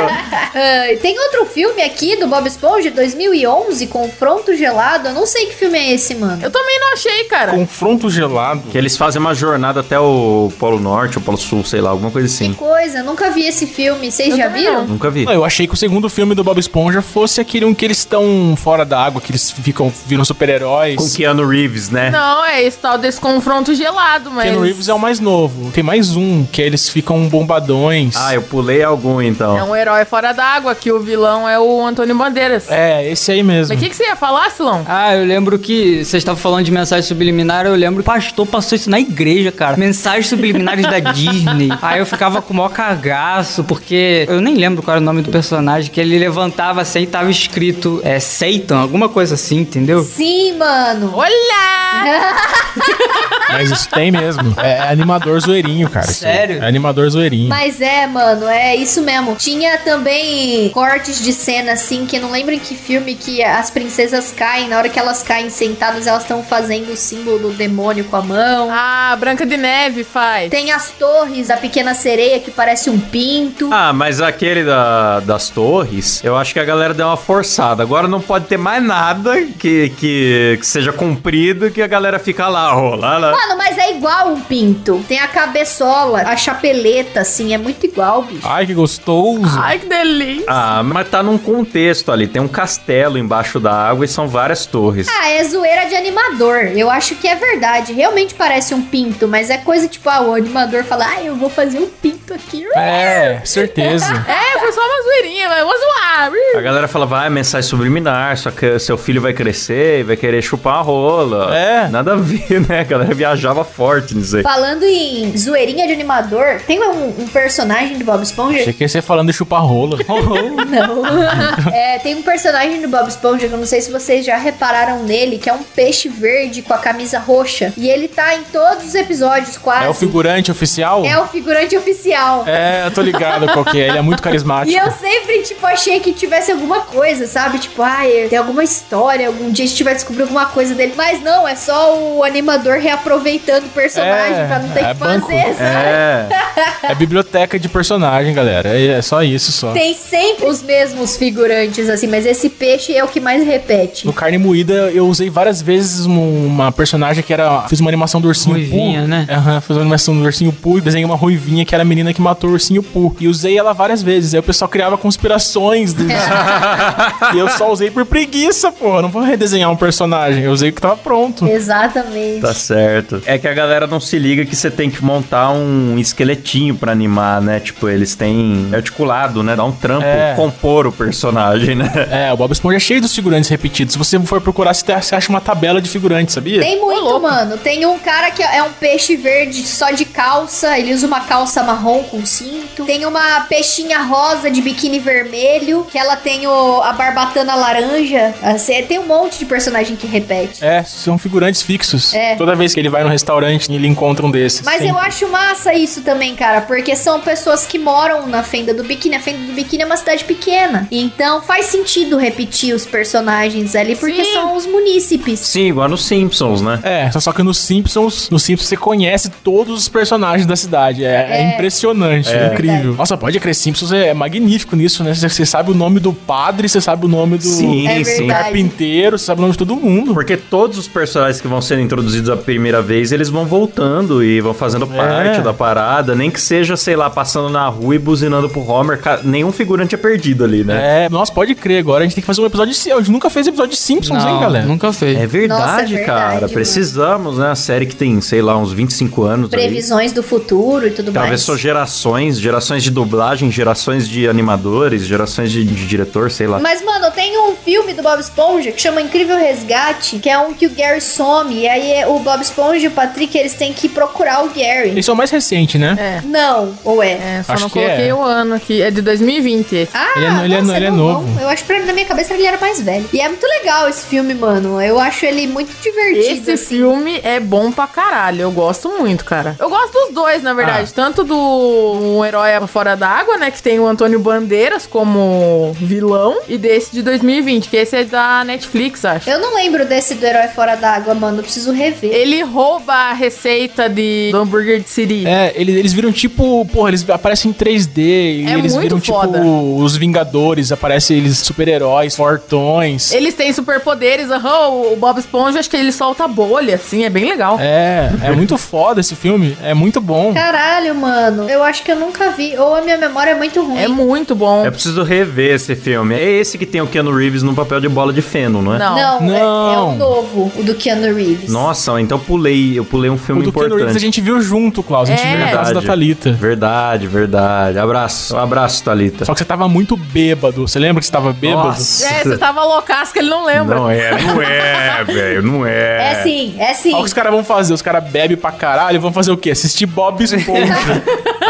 Ah, e tem outro filme aqui do Bob Esponja, 2011, Confronto Gelado. Eu não sei que filme é esse, mano.
Eu também não achei, cara.
Confronto gelado.
que eles fazem uma jornada até o Polo Norte, o Polo Sul, sei lá, alguma coisa
Que
assim.
coisa, eu nunca vi esse filme. Vocês
Eu
já
também
viram?
Nunca vi.
Não, eu achei que o segundo filme do Bob Esponja fosse aquele em que eles estão fora da água, que eles ficam viram
Com
super-heróis.
Keanu Reeves, né?
Não, é esse tal desse confronto gelado, mas.
Ken Reeves é o mais novo. Tem mais um, que eles ficam bombadões.
Ah, eu pulei algum então.
É um herói fora d'água, que o vilão é o Antônio Bandeiras.
É, esse aí mesmo.
Mas o que, que você ia falar, Silão?
Ah, eu lembro que vocês estavam falando de mensagem subliminar, eu lembro que o pastor passou isso na igreja, cara. Mensagens subliminares da Disney. Aí eu ficava com o maior cagaço, porque eu nem lembro qual era o nome do personagem, que ele levantava assim e tava escrito é, Satan, alguma coisa assim, entendeu?
Sim, mano.
Olá!
Mas isso tem mesmo. É animador zoeirinho, cara. isso aí.
Sério?
É animador zoeirinho.
Mas é, mano, é isso mesmo. Tinha também cortes de cena, assim, que eu não lembro em que filme que as princesas caem. Na hora que elas caem sentadas, elas estão fazendo o símbolo do demônio com a mão.
Ah, Branca de Neve faz.
Tem as torres da pequena sereia que parece um pinto.
Ah, mas aquele da- das torres, eu acho que a galera deu uma forçada. Agora não pode ter mais nada que, que, que seja comprido que a galera fica lá, ó, lá, lá.
Mano, mas é igual um pinto. Tem a cabeçola, a chapeleta, assim, é muito igual, bicho.
Ai, que gostoso.
Ai, que delícia.
Ah, mas tá num contexto ali. Tem um castelo embaixo da água e são várias torres.
Ah, é zoeira de animador. Eu acho que é verdade. Realmente parece um pinto, mas é coisa tipo, ah, o animador fala, ah, eu vou fazer um pinto bonito aqui.
É, certeza.
É, foi só uma zoeirinha, mas eu vou zoar.
A galera falava, ah, é mensagem subliminar, só que seu filho vai crescer e vai querer chupar a rola.
É.
Nada a ver, né? A galera viajava forte nisso aí.
Falando em zoeirinha de animador, tem um, um personagem do Bob Esponja
Achei que você falando de chupar rola.
Não. É, tem um personagem do Bob Esponja que eu não sei se vocês já repararam nele, que é um peixe verde com a camisa roxa. E ele tá em todos os episódios, quase.
É o figurante oficial?
É o figurante oficial.
É, eu tô ligado qual que é. Ele é muito
E
carismático.
eu sempre, tipo, achei que tivesse alguma coisa, sabe? Tipo, ah, é, tem alguma história, algum dia a gente vai descobrir alguma coisa dele. Mas não, é só o animador reaproveitando o personagem
É,
pra não ter
é
que
banco.
fazer, sabe?
É.
É biblioteca de personagem, galera. É, é só isso, só.
Tem sempre os mesmos figurantes, assim, mas esse peixe é o que mais repete.
No Carne Moída, eu usei várias vezes um- uma personagem que era... Fiz uma animação do ursinho
Ruivinha,
Pooh.
né?
Aham, fiz uma animação do ursinho Pooh e desenhei uma ruivinha que era a menina que matou o ursinho Pooh. E usei ela várias vezes. Aí o pessoal criava conspirações. do- e eu só usei por preguiça, pô. Não vou redesenhar um personagem. Eu usei o que tava pronto.
Exatamente.
Tá certo. É que a galera não se liga que você tem que montar um esqueletinho pra animar, né? Tipo, eles têm é articulado, né? Dá um trampo
É.
compor o personagem, né?
É, o Bob Esponja é cheio dos figurantes repetidos. Se você for procurar, você tá- você acha uma tabela de figurantes, sabia?
Tem muito, mano. Tem um cara que é um peixe verde só de calça. Ele usa uma calça marrom com cinto. Tem uma peixinha rosa de biquíni vermelho. Que ela tem o, a barbatana laranja. Assim, tem um monte de personagem que repete.
É, são figurantes fixos.
É.
Toda vez que ele vai no restaurante, ele encontra um desses.
Mas
Sim.
eu acho massa isso também, cara, porque são pessoas que moram na Fenda do Biquíni. A Fenda do Biquíni é uma cidade pequena. Então faz sentido repetir os personagens ali, porque
Sim.
são os munícipes.
Sim, igual nos Simpsons, né?
É, só- só que nos Simpsons, no Simpsons você conhece todos os personagens da cidade. É, é impressionante, é, incrível.
Verdade.
Nossa, pode crer, Simpsons é, é magnífico nisso, né? Você você sabe o nome do padre, você sabe o nome do,
Sim, sim.
É verdade.
carpinteiro, você sabe o nome de todo mundo.
Porque todos os personagens que vão sendo introduzidos a primeira vez, eles vão voltando e vão fazendo parte da parada. Nem que seja, sei lá, passando na rua e buzinando pro Homer. Ca- Nenhum figurante é perdido ali, né?
É, nossa, pode crer, agora a gente tem que fazer um episódio de Simpsons. A gente nunca fez episódio de Simpsons, hein, galera?
nunca fez.
É verdade,
Nossa, é
cara.
verdade, mano.
Precisamos, né? A série que tem, sei lá, uns 25 anos. aí.
Previsões do futuro e tudo mais.
Atravessou gerações, gerações de dublagem, gerações de animadores, gerações de, de diretor, sei lá.
Mas, mano, tem um filme do Bob Esponja que chama Incrível Resgate, que é um que o Gary some. E aí é o Bob Esponja e o Patrick, eles têm que procurar o Gary.
Esse é o mais recente, né?
É,
Não, ou é?
é só
Acho
não
que
coloquei
é.
o ano aqui. É de 2020.
Ah,
Ele é no- ele é
nossa,
no- ele é
novão.
novo.
Eu acho pra na minha cabeça ele era mais velho. E é muito legal esse filme, mano. Eu acho ele muito divertido. assim.
Esse filme é bom pra caralho. Eu gosto muito, cara. Eu gosto dos dois, na verdade. Tanto do Um Herói Fora d'Água, né? Que tem o Antônio Bandeiras como vilão. E desse de 2020, que esse é da Netflix, acho.
Eu não lembro desse do Herói Fora d'Água, mano. Eu preciso rever.
Ele rouba a receita de do hambúrguer de Siri.
É, eles, eles viram tipo, porra, eles aparecem em 3D, e
É
eles
muito
viram
foda.
tipo os Vingadores, aparecem eles super-heróis, fortões.
Eles têm superpoderes, aham, o Bob Esponja acho que ele solta bolha, assim, é bem legal.
É, é muito foda esse filme, é muito bom.
Caralho, mano. Eu acho que eu nunca vi. Ou a minha memória é muito ruim.
É muito bom.
É preciso rever esse filme. É esse que tem o Keanu Reeves no papel de bola de feno, não é?
Não.
Não, é- É,
Não.
o novo, o do Keanu Reeves.
Nossa, então pulei. Eu pulei um
O
filme
do Keanu Reeves a
importante.
gente viu junto, Klaus. A gente
É.
viu na casa da
Verdade.
Thalita.
Verdade, verdade. Abraço. Um abraço, Thalita.
Só que você tava muito bêbado. Você lembra que você tava bêbado?
É, você tava loucasca, ele não lembra.
Não é, não é, velho. Não
É,
é.
sim, é sim.
Olha o que os caras vão fazer. Os caras bebem pra caralho vão fazer o quê? Assistir Bob Esponja.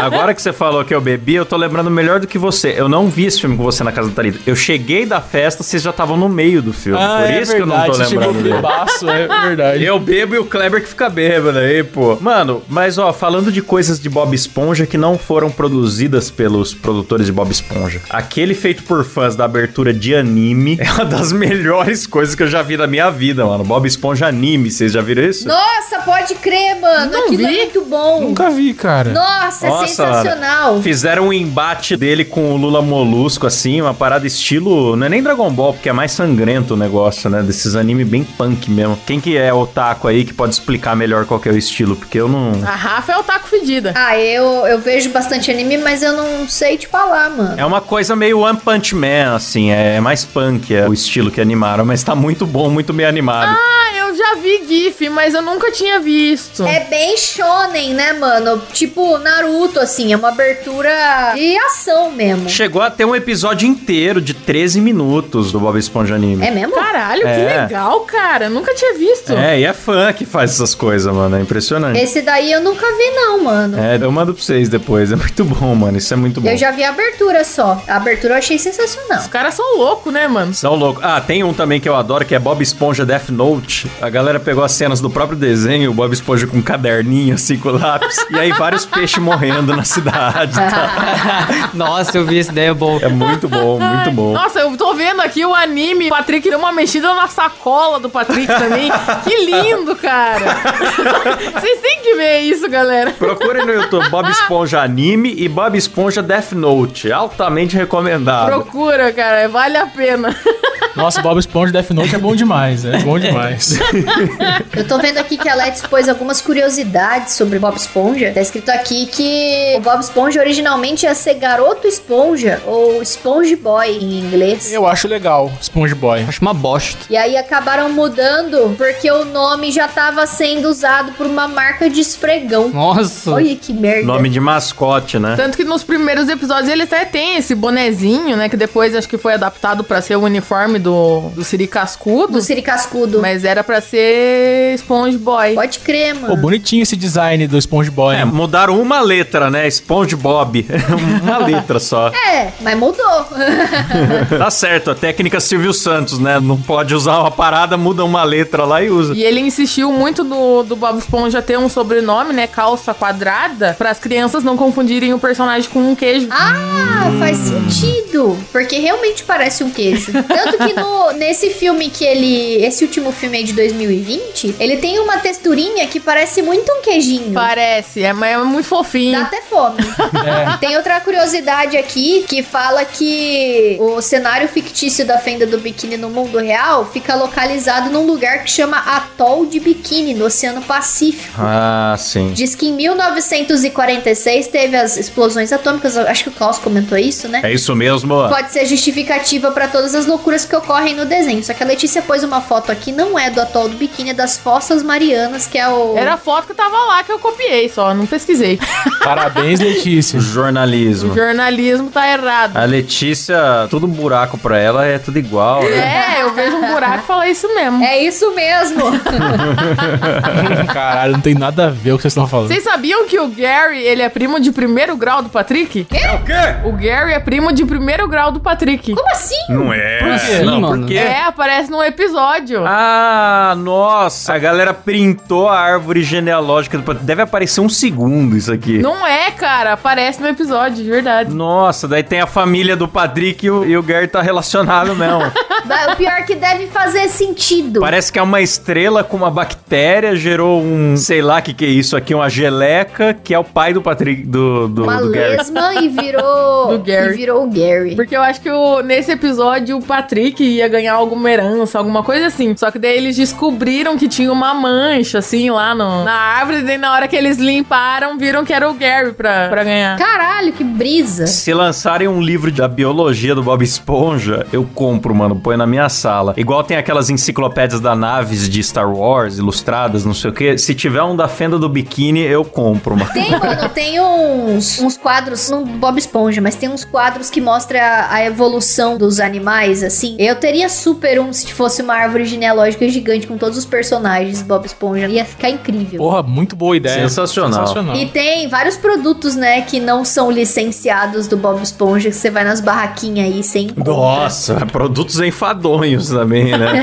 Agora que você falou que eu bebi, eu tô lembrando melhor do que você. Eu não vi esse filme com você na casa da Thalita. Eu cheguei da festa, vocês já estavam no meio do filme.
Ah,
Por
é
isso que eu não tô
você chegou
lembrando. dele.
bebaço, é verdade.
Eu bebo e o Kleber que fica bêbado aí, pô. Mano, mas ó, falando de coisas de Bob Esponja que não foram produzidas pelos produtores de Bob Esponja. Aquele feito por fãs da abertura de anime é uma das melhores coisas que eu já vi na minha vida, mano. Bob Esponja anime, vocês já viram isso?
Nossa, pode crer, mano.
Não
Aquilo
vi.
é muito bom.
Nunca vi, cara.
Nossa, é
Nossa,
sensacional.
Fizeram um embate dele com o Lula Molusco, assim, uma parada estilo. Não é nem Dragon Ball, porque é mais sangrento o negócio, né? Desses anime bem punk mesmo. Quem que é otaku aí que pode explicar melhor qual que é o estilo? Porque eu não.
A Rafa é o taco fedida.
Ah, eu, eu vejo bastante anime, mas eu não sei te falar, mano.
É uma coisa meio One Punch Man, assim, é mais punk é o estilo que animaram, mas tá muito bom, muito bem animado.
Ah, eu já já vi GIF, mas eu nunca tinha visto.
É bem shonen, né, mano? Tipo Naruto, assim, é uma abertura de ação mesmo.
Chegou a ter um episódio inteiro de 13 minutos do Bob Esponja Anime.
É mesmo?
Caralho, que
É.
legal, cara. Nunca tinha visto.
É, e é fã que faz essas coisas, mano. É impressionante.
Esse daí eu nunca vi, não, mano.
É, eu mando pra vocês depois. É muito bom, mano. Isso é muito bom.
Eu já vi a abertura só. A abertura eu achei sensacional.
Os caras são loucos, né, mano?
São loucos. Ah, tem um também que eu adoro, que é Bob Esponja Death Note. A galera pegou as cenas do próprio desenho, o Bob Esponja com um caderninho, assim, com lápis. e aí vários peixes morrendo na cidade. tá?
Nossa, eu vi essa ideia boa.
É muito bom, muito bom.
Nossa, eu tô vendo aqui o anime. O Patrick deu uma mexida na sacola do Patrick também. que lindo, cara. Vocês têm que ver isso, galera.
Procurem no YouTube Bob Esponja Anime e Bob Esponja Death Note. Altamente recomendado.
Procura, cara. Vale a pena.
Nossa, Bob Esponja Death Note é bom demais, é bom demais.
Eu tô vendo aqui que a Let's pôs algumas curiosidades sobre Bob Esponja. Tá escrito aqui que o Bob Esponja originalmente ia ser Garoto Esponja ou Sponge Boy em inglês.
Eu acho legal, Sponge Boy.
Acho uma bosta.
E aí acabaram mudando porque o nome já tava sendo usado por uma marca de esfregão.
Nossa.
Olha que merda.
Nome de mascote, né?
Tanto que nos primeiros episódios ele até tem esse bonezinho, né? Que depois acho que foi adaptado pra ser o uniforme do, do Siri Cascudo.
do Siri Cascudo.
Mas era pra ser Sponge Boy.
Pode crer, mano.
Pô, bonitinho esse design do Sponge Boy.
É, mudaram uma letra, né? Esponja Bob. uma letra só.
É, mas mudou.
Tá certo, a técnica Silvio Santos, né? Não pode usar uma parada, muda uma letra lá e usa.
E ele insistiu muito no, do Bob Esponja ter um sobrenome, né? Calça quadrada, para as crianças não confundirem o personagem com um queijo.
ah, faz sentido. Porque realmente parece um queijo. Tanto que no, nesse filme que ele. Esse último filme aí de 2020, ele tem uma texturinha que parece muito um queijinho.
Parece, é, mas é muito
Dá
fofinho.
até fome. Tem outra curiosidade aqui que fala que o cenário fictício da fenda do biquíni no mundo real fica localizado num lugar que chama Atol de Biquíni, no Oceano Pacífico.
Ah, sim.
Diz que em 1946 teve as explosões atômicas, eu acho que o Klaus comentou isso, né?
É isso mesmo.
Pode ser justificativa pra todas as loucuras que ocorrem no desenho. Só que a Letícia pôs uma foto aqui, não é do atol do biquíni, é das fossas marianas, que é o.
Era a foto que tava lá que eu copiei só, não pesquisei.
Parabéns, Letícia.
o
Jornalismo.
jornalismo tá errado.
A Letícia, tudo um buraco pra ela é tudo igual. né?
É, eu vejo um buraco e falo isso mesmo.
É isso mesmo!
Caralho, não tem nada a ver o que vocês estão falando.
Vocês sabiam que o Gary, ele é primo de primeiro grau do Patrick?
É o quê?
O Gary é primo de primeiro grau do Patrick.
Como assim?
Não é.
Por quê?
Não,
Mano.
por quê?
É, aparece num episódio.
Ah, nossa. A galera printou a árvore genealógica. do- Deve aparecer um segundo isso aqui.
Não é, cara, aparece no episódio, de verdade.
Nossa, daí tem a família do Patrick e o, e o Gary tá relacionado mesmo.
Vai, O pior é que deve fazer sentido.
Parece que é uma estrela com uma bactéria, gerou um, sei lá o que que é isso aqui, uma geleca, que é o pai do Patrick, do, do,
Uma
do Gary.
lesma e virou.
Do Gary.
E virou o Gary.
Porque eu acho que o- nesse episódio o Patrick ia ganhar alguma herança, alguma coisa assim. Só que daí eles descobriram que tinha uma mancha, assim, lá no- na árvore. E daí na hora que eles limparam, viram que era o Gary pra, pra ganhar.
Caralho, que brisa.
Se lançarem um livro da biologia do Bob Esponja, eu compro, mano, põe na minha sala. Igual tem aquelas enciclopédias da naves de Star Wars, ilustradas, não sei o quê. Se tiver um da fenda do biquíni, eu compro, mano.
Tem, mano, tem uns, uns quadros, não do Bob Esponja, mas tem uns quadros que mostra a, a evolução dos animais, assim. Eu teria super um se fosse uma árvore genealógica gigante com todos os personagens do Bob Esponja. Ia ficar incrível.
Porra, muito boa ideia.
Sensacional.
Sensacional.
E tem vários produtos, né, que não são licenciados do Bob Esponja, que você vai nas barraquinhas aí sem.
Nossa, produtos enfadonhos também, né?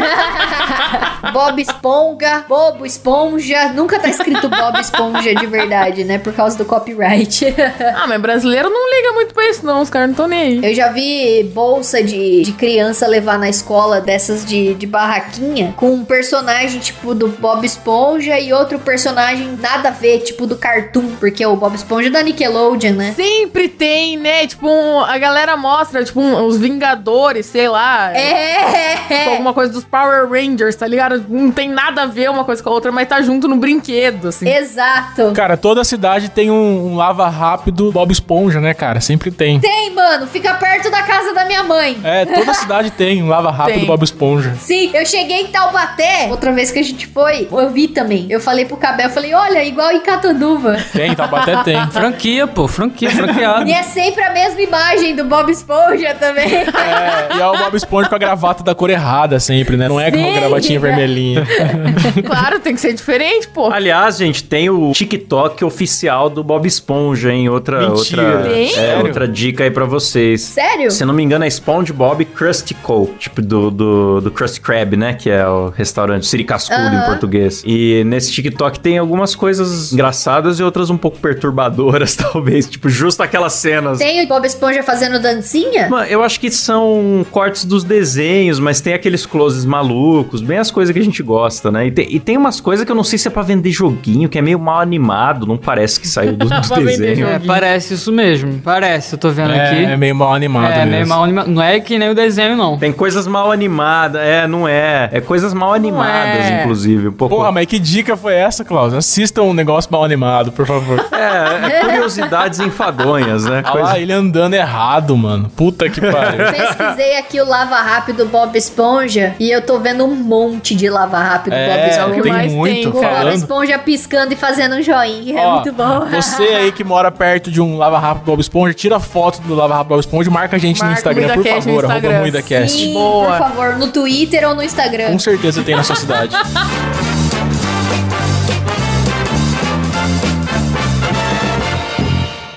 Bob Esponja, Bobo Esponja. Nunca tá escrito Bob Esponja de verdade, né? Por causa do copyright.
Ah, mas brasileiro não liga muito pra isso, não. Os caras não estão nem aí.
Eu já vi bolsa de, de criança levar na escola dessas de, de barraquinha com um personagem tipo do Bob Esponja e outro personagem nada a ver, tipo do Cartoon, porque o Bob Esponja é da Nickelodeon, né?
Sempre tem, né? Tipo, um- a galera mostra, tipo, um- os Vingadores, sei lá.
É!
Tipo, alguma coisa dos Power Rangers, tá ligado? não tem nada a ver uma coisa com a outra, mas tá junto no brinquedo, assim.
Exato.
Cara, toda cidade tem um, um lava rápido Bob Esponja, né, cara? Sempre tem.
Tem, mano. Fica perto da casa da minha mãe.
É, toda cidade tem um lava rápido
Tem.
Bob Esponja.
Sim, eu cheguei em Taubaté, outra vez que a gente foi, eu vi também. Eu falei pro Cabel, eu falei, olha, igual em Catanduva.
Tem, Taubaté tem.
Franquia, pô, franquia, franqueado.
E é sempre a mesma imagem do Bob Esponja também.
É, e é o Bob Esponja com a gravata da cor errada sempre, né? Não é com uma
Sim.
gravatinha vermelhinha.
É.
Claro, tem que ser diferente, pô.
É.
Aliás, gente, tem o TikTok oficial do Bob Esponja, hein? Outra,
Mentira.
outra,
Tem?
é, outra dica aí pra vocês.
Sério?
Se não me engano, é Sponge Bob Crusticle, tipo do, do, do Crust Crab, né? Que é o restaurante Siri Cascudo em
Aham.
português. E nesse TikTok tem algumas coisas engraçadas e outras um pouco perturbadoras, talvez. Tipo, justo aquelas cenas.
Tem o Bob Esponja fazendo dancinha?
Mano, eu acho que são cortes dos desenhos, mas tem aqueles closes malucos, bem as coisas que a gente gosta, né? E tem, e tem umas coisas que eu não sei se é pra vender joguinho, que é meio mal animado, não parece que saiu do, do
Pra vender
desenho.
jogo.
É, parece isso mesmo. Parece, eu tô vendo aqui.
É, é meio mal animado
É,
mesmo.
meio mal anima- Não é que nem o desenho, não.
Tem coisas mal animadas, é, não é. É coisas mal animadas,
é.
inclusive. Um pouco.
Porra, mas que dica foi essa, Klaus? Assista um negócio mal animado, por favor.
É, é curiosidades enfadonhas, né?
Olha lá, ele andando errado, mano. Puta que pariu.
Pesquisei aqui o Lava Rápido Bob Esponja e eu tô vendo um monte de Lava Rápido Bob
É,
o
Esponja.
que
tem
mais tem,
muito
Com o Bob
falando.
Esponja piscando e fazendo um joinha. é
Ó,
muito bom.
Você aí que mora perto de um Lava Rápido Bob Esponja, tira foto do Lava Rápido Bob Esponja e marca a gente no
Marca o
Instagram, por
MuidaCast no
favor. Arroba
Instagram.
MuidaCast.
Sim,
Boa.
por favor, no Twitter ou no Instagram.
Com certeza tem na sua cidade.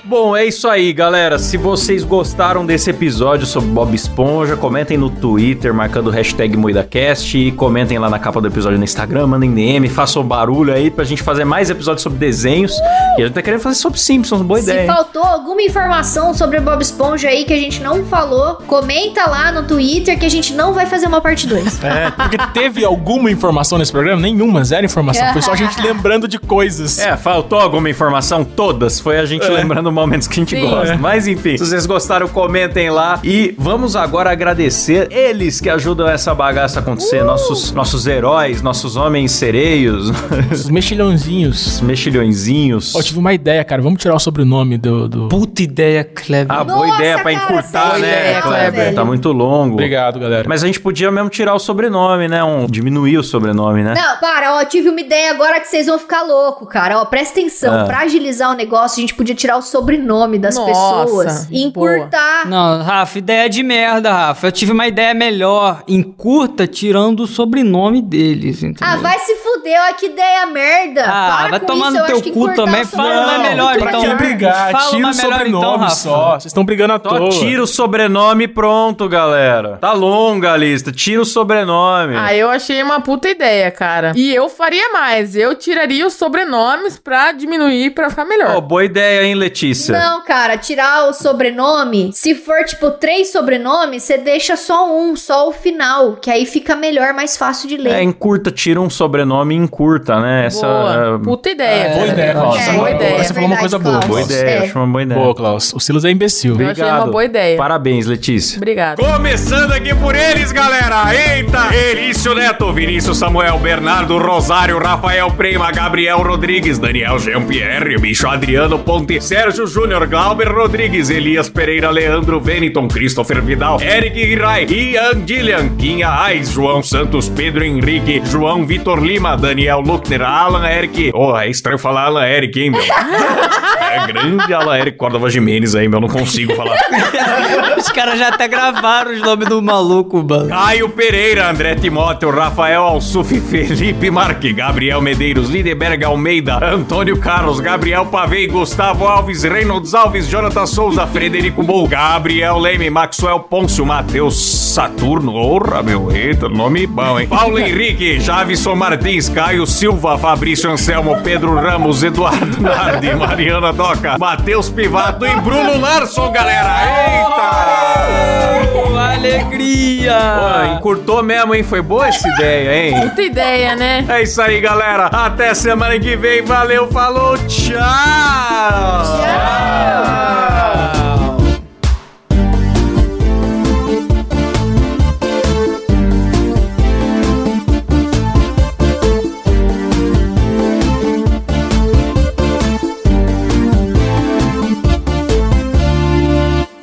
Bom, é isso aí, galera. Se vocês gostaram desse episódio sobre Bob Esponja, comentem no Twitter marcando o hashtag MoidaCast e comentem lá na capa do episódio no Instagram, mandem DM, façam barulho aí pra gente fazer mais episódios sobre desenhos. E a gente tá querendo fazer sobre Simpsons, boa
Se
ideia. hein?
faltou alguma informação sobre o Bob Esponja aí que a gente não falou, comenta lá no Twitter que a gente não vai fazer uma parte 2.
É, porque teve alguma informação nesse programa? Nenhuma, zero informação. Foi só a gente lembrando de coisas.
É, faltou alguma informação? Todas. Foi a gente lembrando momentos que a gente
Sim.
gosta. Mas enfim, É. se vocês gostaram, comentem lá. E vamos agora agradecer eles que ajudam essa bagaça a acontecer. Nossos, nossos heróis, nossos homens sereios,
Os mexilhãozinhos.
mexilhõezinhos.
Ó, tive uma ideia, cara. Vamos tirar o sobrenome do. do...
Puta ideia, Kleber.
Ah, boa
Nossa,
ideia pra
cara,
encurtar,
sim,
né,
é,
Kleber?
velho.
Tá muito longo.
Obrigado, galera.
Mas a gente podia mesmo tirar o sobrenome, né? Um, diminuir o sobrenome, né?
Não, para, ó, tive uma ideia agora que vocês vão ficar louco, cara. Ó, presta atenção,
Ah.
pra agilizar o negócio, a gente podia tirar o sobrenome das
Nossa,
pessoas e
boa.
encurtar.
Não, Rafa, ideia de merda, Rafa. Eu tive uma ideia melhor. Encurta tirando o sobrenome deles, entendeu?
Ah, vai se fuder, olha que ideia merda.
Ah,
Para
vai
com
tomar
isso,
no
eu
teu
acho que
cu
encurtar
também,
o
fala,
sobrenome
né, melhor,
é
pra
então.
que
melhor.
brigar?
Fala
Tira o
uma melhor
sobrenome
então, Rafa.
só. Vocês estão brigando à
Só
toa.
Então, tira o sobrenome e pronto, galera. Tá longa a lista. Tira o sobrenome.
Ah, eu achei uma puta ideia, cara. E eu faria mais. Eu tiraria os sobrenomes pra diminuir, pra ficar
Ó,
melhor.
boa ideia, hein, Letícia?
Não, cara, tirar o sobrenome. Se for tipo três sobrenomes, você deixa só um, só o final, que aí fica melhor, mais fácil de
É,
ler.
encurta, tira um sobrenome e encurta, né? Essa.
Boa. Puta ideia.
é, Boa
cara.
ideia, Klaus.
É,
Agora
boa ideia.
Você falou uma
Verdade,
coisa boa.
Klaus.
Boa
Klaus.
ideia,
É.
acho uma boa ideia.
Boa, Klaus. O Silas é imbecil.
Eu achei uma boa ideia.
Parabéns, Letícia.
Obrigado.
Começando aqui por eles, galera! Eita! Erício Neto, Vinícius Samuel, Bernardo Rosário, Rafael Prema, Gabriel Rodrigues, Daniel Jean-Pierre, Bicho Adriano Ponte, Sérgio Júnior, Glauber Rodrigues, Elias Pereira, Leandro Veniton, Christopher Vidal, Eric Girai, Ian Dillian, Quinha Ais, João Santos, Pedro Henrique, João Vitor Lima, Daniel Luckner, Alan Eric. Oh, é estranho falar Alan Eric, hein, meu? É grande Alan Eric Córdova Jimenez aí, meu, não consigo falar.
Os caras já até gravaram os nomes do maluco, mano.
Caio Pereira, André Timóteo, Rafael Alsuf, Felipe Marque, Gabriel Medeiros, Lideberg Almeida, Antônio Carlos, Gabriel Pavei, Gustavo Alves, Reynolds Alves, Jonathan Souza, Frederico Bol, Gabriel Leme, Maxwell Pôncio, Matheus Saturno, orra, meu, eita, nome bom, hein? Paulo Henrique, Javison Martins, Caio Silva, Fabrício Anselmo, Pedro Ramos, Eduardo Nardi, Mariana Doca, Matheus Pivato e Bruno Larson, galera, eita!
Ah,
Alegria!
encurtou mesmo, hein? Foi boa essa ideia, hein?
Puta ideia, né?
É isso aí, galera. Até semana que vem. Valeu, falou, tchau!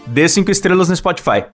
Dê cinco estrelas no Spotify.